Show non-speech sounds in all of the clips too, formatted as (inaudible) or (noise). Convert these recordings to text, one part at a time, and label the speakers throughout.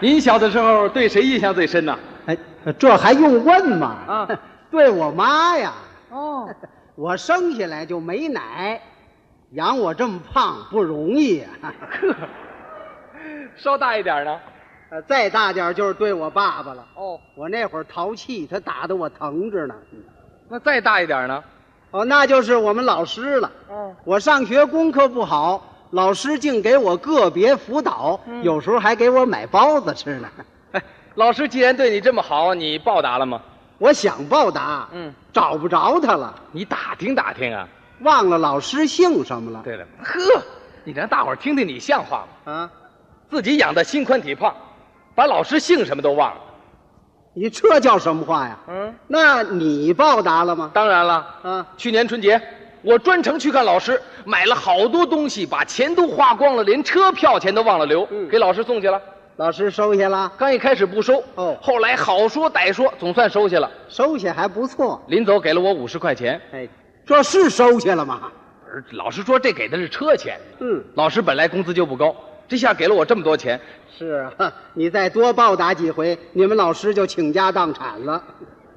Speaker 1: 您小的时候对谁印象最深呢？
Speaker 2: 哎，这还用问吗？
Speaker 1: 啊，
Speaker 2: (laughs) 对我妈呀，
Speaker 1: 哦，
Speaker 2: 我生下来就没奶，养我这么胖不容易啊。
Speaker 1: (laughs)
Speaker 2: (laughs)
Speaker 1: 稍大一点呢。
Speaker 2: 呃再大点儿就是对我爸爸了。
Speaker 1: 哦，
Speaker 2: 我那会儿淘气，他打得我疼着呢。
Speaker 1: 那再大一点呢？
Speaker 2: 哦，那就是我们老师了。
Speaker 1: 嗯，
Speaker 2: 我上学功课不好，老师竟给我个别辅导，
Speaker 1: 嗯
Speaker 2: 有时候还给我买包子吃呢。
Speaker 1: 哎，老师既然对你这么好，你报答了吗？
Speaker 2: 我想报答，
Speaker 1: 嗯，
Speaker 2: 找不着他了，
Speaker 1: 你打听打听啊。
Speaker 2: 忘了老师姓什么了。
Speaker 1: 对了，呵，你让大伙儿听听，你像话吗？
Speaker 2: 啊，
Speaker 1: 自己养的心宽体胖，把老师姓什么都忘了。
Speaker 2: 你这叫什么话呀？
Speaker 1: 嗯，
Speaker 2: 那你报答了吗？
Speaker 1: 当然了，
Speaker 2: 啊，
Speaker 1: 去年春节我专程去看老师，买了好多东西，把钱都花光了，连车票钱都忘了留，
Speaker 2: 嗯
Speaker 1: 给老师送去了。
Speaker 2: 老师收下了，
Speaker 1: 刚一开始不收，
Speaker 2: 哦
Speaker 1: 后来好说歹说，总算收下了。
Speaker 2: 收下还不错。
Speaker 1: 临走给了我五十块钱，
Speaker 2: 哎，这是收下了吗？
Speaker 1: 而老师说这给的是车钱。
Speaker 2: 嗯，
Speaker 1: 老师本来工资就不高，这下给了我这么多钱，
Speaker 2: 是啊，你再多报答几回，你们老师就倾家荡产了。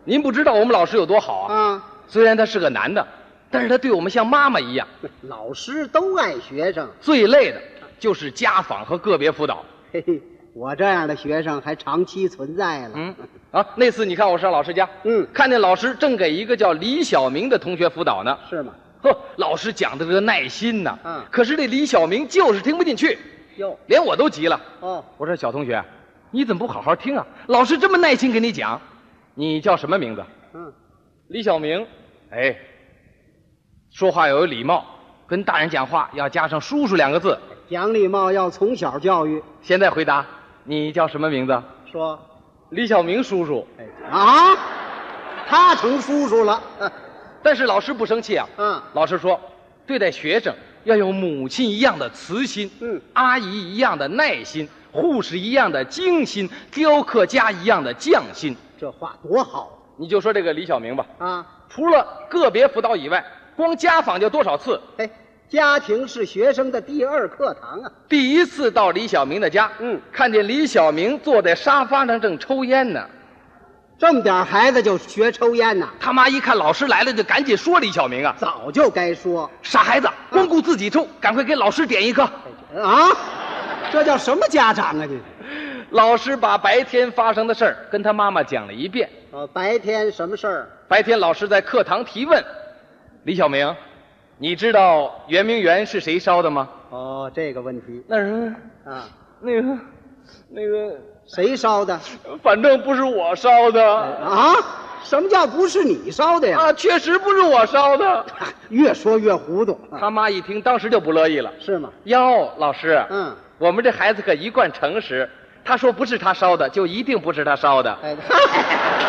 Speaker 1: 您不知道我们老师有多好啊！
Speaker 2: 啊，
Speaker 1: 虽然他是个男的，但是他对我们像妈妈一样。
Speaker 2: 老师都爱学生，
Speaker 1: 最累的就是家访和个别辅导。
Speaker 2: 嘿嘿，我这样的学生还长期存在了。
Speaker 1: 嗯，啊，那次你看我上老师家，
Speaker 2: 嗯
Speaker 1: 看见老师正给一个叫李小明的同学辅导呢。
Speaker 2: 是吗？
Speaker 1: 呵，老师讲的这个耐心呐、
Speaker 2: 嗯
Speaker 1: 可是这李小明就是听不进去，
Speaker 2: 哟，
Speaker 1: 连我都急了。
Speaker 2: 哦，
Speaker 1: 我说小同学，你怎么不好好听啊？老师这么耐心给你讲，你叫什么名字？
Speaker 2: 嗯，
Speaker 1: 李小明。哎，说话要有礼貌，跟大人讲话要加上“叔叔”两个字。
Speaker 2: 讲礼貌要从小教育。
Speaker 1: 现在回答，你叫什么名字？
Speaker 2: 说，
Speaker 1: 李小明叔叔。
Speaker 2: 哎啊，他成叔叔了。
Speaker 1: 但是老师不生气啊。
Speaker 2: 嗯
Speaker 1: 老师说，对待学生要有母亲一样的慈心，
Speaker 2: 嗯
Speaker 1: 阿姨一样的耐心，护士一样的精心，雕刻家一样的匠心。
Speaker 2: 这话多好
Speaker 1: 你就说这个李小明吧，
Speaker 2: 啊！
Speaker 1: 除了个别辅导以外，光家访就多少次？
Speaker 2: 哎，家庭是学生的第二课堂啊。
Speaker 1: 第一次到李小明的家，
Speaker 2: 嗯
Speaker 1: 看见李小明坐在沙发上正抽烟呢。
Speaker 2: 这么点孩子就学抽烟呐，
Speaker 1: 他妈一看老师来了，就赶紧说李小明啊，
Speaker 2: 早就该说
Speaker 1: 傻孩子，光顾自己抽，赶快给老师点一颗。
Speaker 2: 啊！这叫什么家长啊你？
Speaker 1: 老师把白天发生的事儿跟他妈妈讲了一遍。
Speaker 2: 哦，白天什么事儿？
Speaker 1: 白天老师在课堂提问：“李小明，你知道圆明园是谁烧的吗
Speaker 2: 哦，这个问题？”
Speaker 1: 那人，
Speaker 2: 啊，
Speaker 1: 那个，那个，
Speaker 2: 谁烧的？
Speaker 1: 反正不是我烧的
Speaker 2: 啊？什么叫不是你烧的呀？
Speaker 1: 啊，确实不是我烧
Speaker 2: 啊
Speaker 1: 的。
Speaker 2: 越说越糊涂，啊
Speaker 1: 他妈一听，当时就不乐意了
Speaker 2: 是吗？：“
Speaker 1: 哟，老师，
Speaker 2: 嗯，
Speaker 1: 我们这孩子可一贯诚实，他说不是他烧的，就一定不是他烧的。
Speaker 2: 哎， (laughs)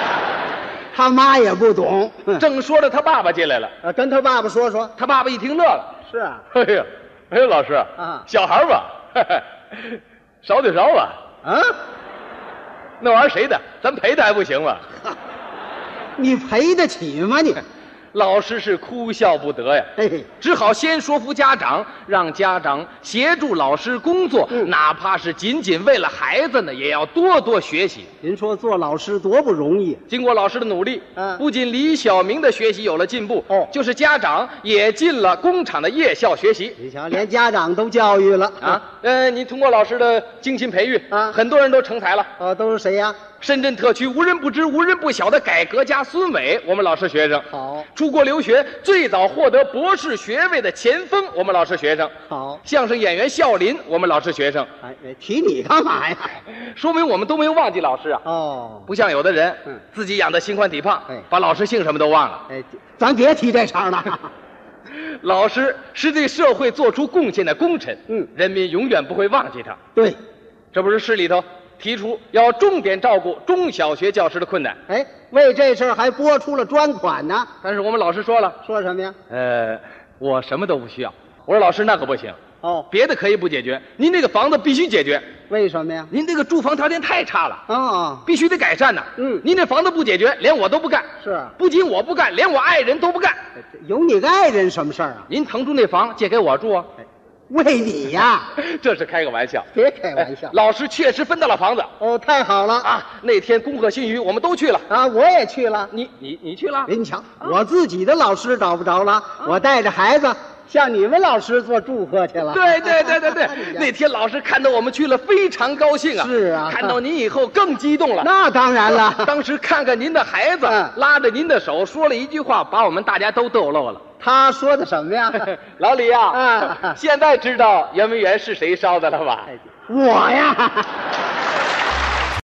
Speaker 2: 他妈也不懂，”
Speaker 1: 正说着，他爸爸进来了。
Speaker 2: 啊跟他爸爸说说。
Speaker 1: 他爸爸一听乐了。
Speaker 2: 是啊，
Speaker 1: 哎呀，哎呀，老师
Speaker 2: 啊
Speaker 1: 小孩儿吧，少就少吧，
Speaker 2: 啊，
Speaker 1: 那玩意儿谁的？咱赔他还不行吗？
Speaker 2: 你赔得起吗你？
Speaker 1: 老师是哭笑不得呀，
Speaker 2: 嘿，
Speaker 1: 只好先说服家长，让家长协助老师工作，
Speaker 2: 嗯
Speaker 1: 哪怕是仅仅为了孩子呢，也要多多学习。
Speaker 2: 您说做老师多不容易，啊
Speaker 1: 经过老师的努力，
Speaker 2: 嗯
Speaker 1: 不仅李小明的学习有了进步，
Speaker 2: 哦
Speaker 1: 就是家长也进了工厂的夜校学习。
Speaker 2: 你瞧，连家长都教育了
Speaker 1: 啊，，呃，你通过老师的精心培育，
Speaker 2: 啊
Speaker 1: 很多人都成才了。
Speaker 2: 哦，都是谁呀？
Speaker 1: 深圳特区无人不知、无人不晓的改革家孙伟，我们老师学生。
Speaker 2: 好，
Speaker 1: 出国留学最早获得博士学位的钱锋，我们老师学生。
Speaker 2: 好，
Speaker 1: 相声演员笑林，我们老师学生。
Speaker 2: 哎，提你干嘛呀？
Speaker 1: 说明我们都没有忘记老师啊，
Speaker 2: (laughs) 哦，
Speaker 1: 不像有的人，
Speaker 2: 嗯
Speaker 1: 自己养的心宽体胖
Speaker 2: 哎，
Speaker 1: 把老师姓什么都忘了。
Speaker 2: 哎，咱别提这茬了。 (laughs)
Speaker 1: 老师是对社会做出贡献的功臣，
Speaker 2: 嗯
Speaker 1: 人民永远不会忘记他。
Speaker 2: 对，
Speaker 1: 这不是市里头提出要重点照顾中小学教师的困难，
Speaker 2: 哎，为这事儿还拨出了专款呢。
Speaker 1: 但是我们老师说了。
Speaker 2: 说什么呀？
Speaker 1: 呃，我什么都不需要。我说老师，那可不行，
Speaker 2: 哦，
Speaker 1: 别的可以不解决，您这个房子必须解决，
Speaker 2: 为什么呀？
Speaker 1: 您这个住房条件太差了，
Speaker 2: 哦，
Speaker 1: 必须得改善呐。
Speaker 2: 嗯
Speaker 1: 您这房子不解决，连我都不干。
Speaker 2: 是啊
Speaker 1: 不仅我不干，连我爱人都不干。
Speaker 2: 有你爱人什么事儿啊？
Speaker 1: 您腾出那房借给我住啊？ (laughs)
Speaker 2: 为你呀，
Speaker 1: 这是开个玩笑。
Speaker 2: (laughs) 别开玩笑
Speaker 1: 哎。老师确实分到了房子
Speaker 2: 哦，太好了啊
Speaker 1: 啊！那天恭贺新余，我们都去了。
Speaker 2: 我也去了。
Speaker 1: 你你你去了？
Speaker 2: 您瞧，我自己的老师找不着了，我带着孩子向你们老师做祝贺去了。
Speaker 1: 对对对对
Speaker 2: (laughs)
Speaker 1: 对，那天老师看到我们去了，非常高兴啊。
Speaker 2: 是啊
Speaker 1: 看到您以后更激动了。
Speaker 2: 那当然
Speaker 1: (laughs)
Speaker 2: 了，
Speaker 1: 当时看看您的孩子
Speaker 2: 嗯，
Speaker 1: 拉着您的手说了一句话，把我们大家都逗乐
Speaker 2: (laughs)
Speaker 1: 了。
Speaker 2: 他说的什么呀？
Speaker 1: 老李呀、
Speaker 2: 啊
Speaker 1: 现在知道圆明园是谁烧的了吧？
Speaker 2: 我呀，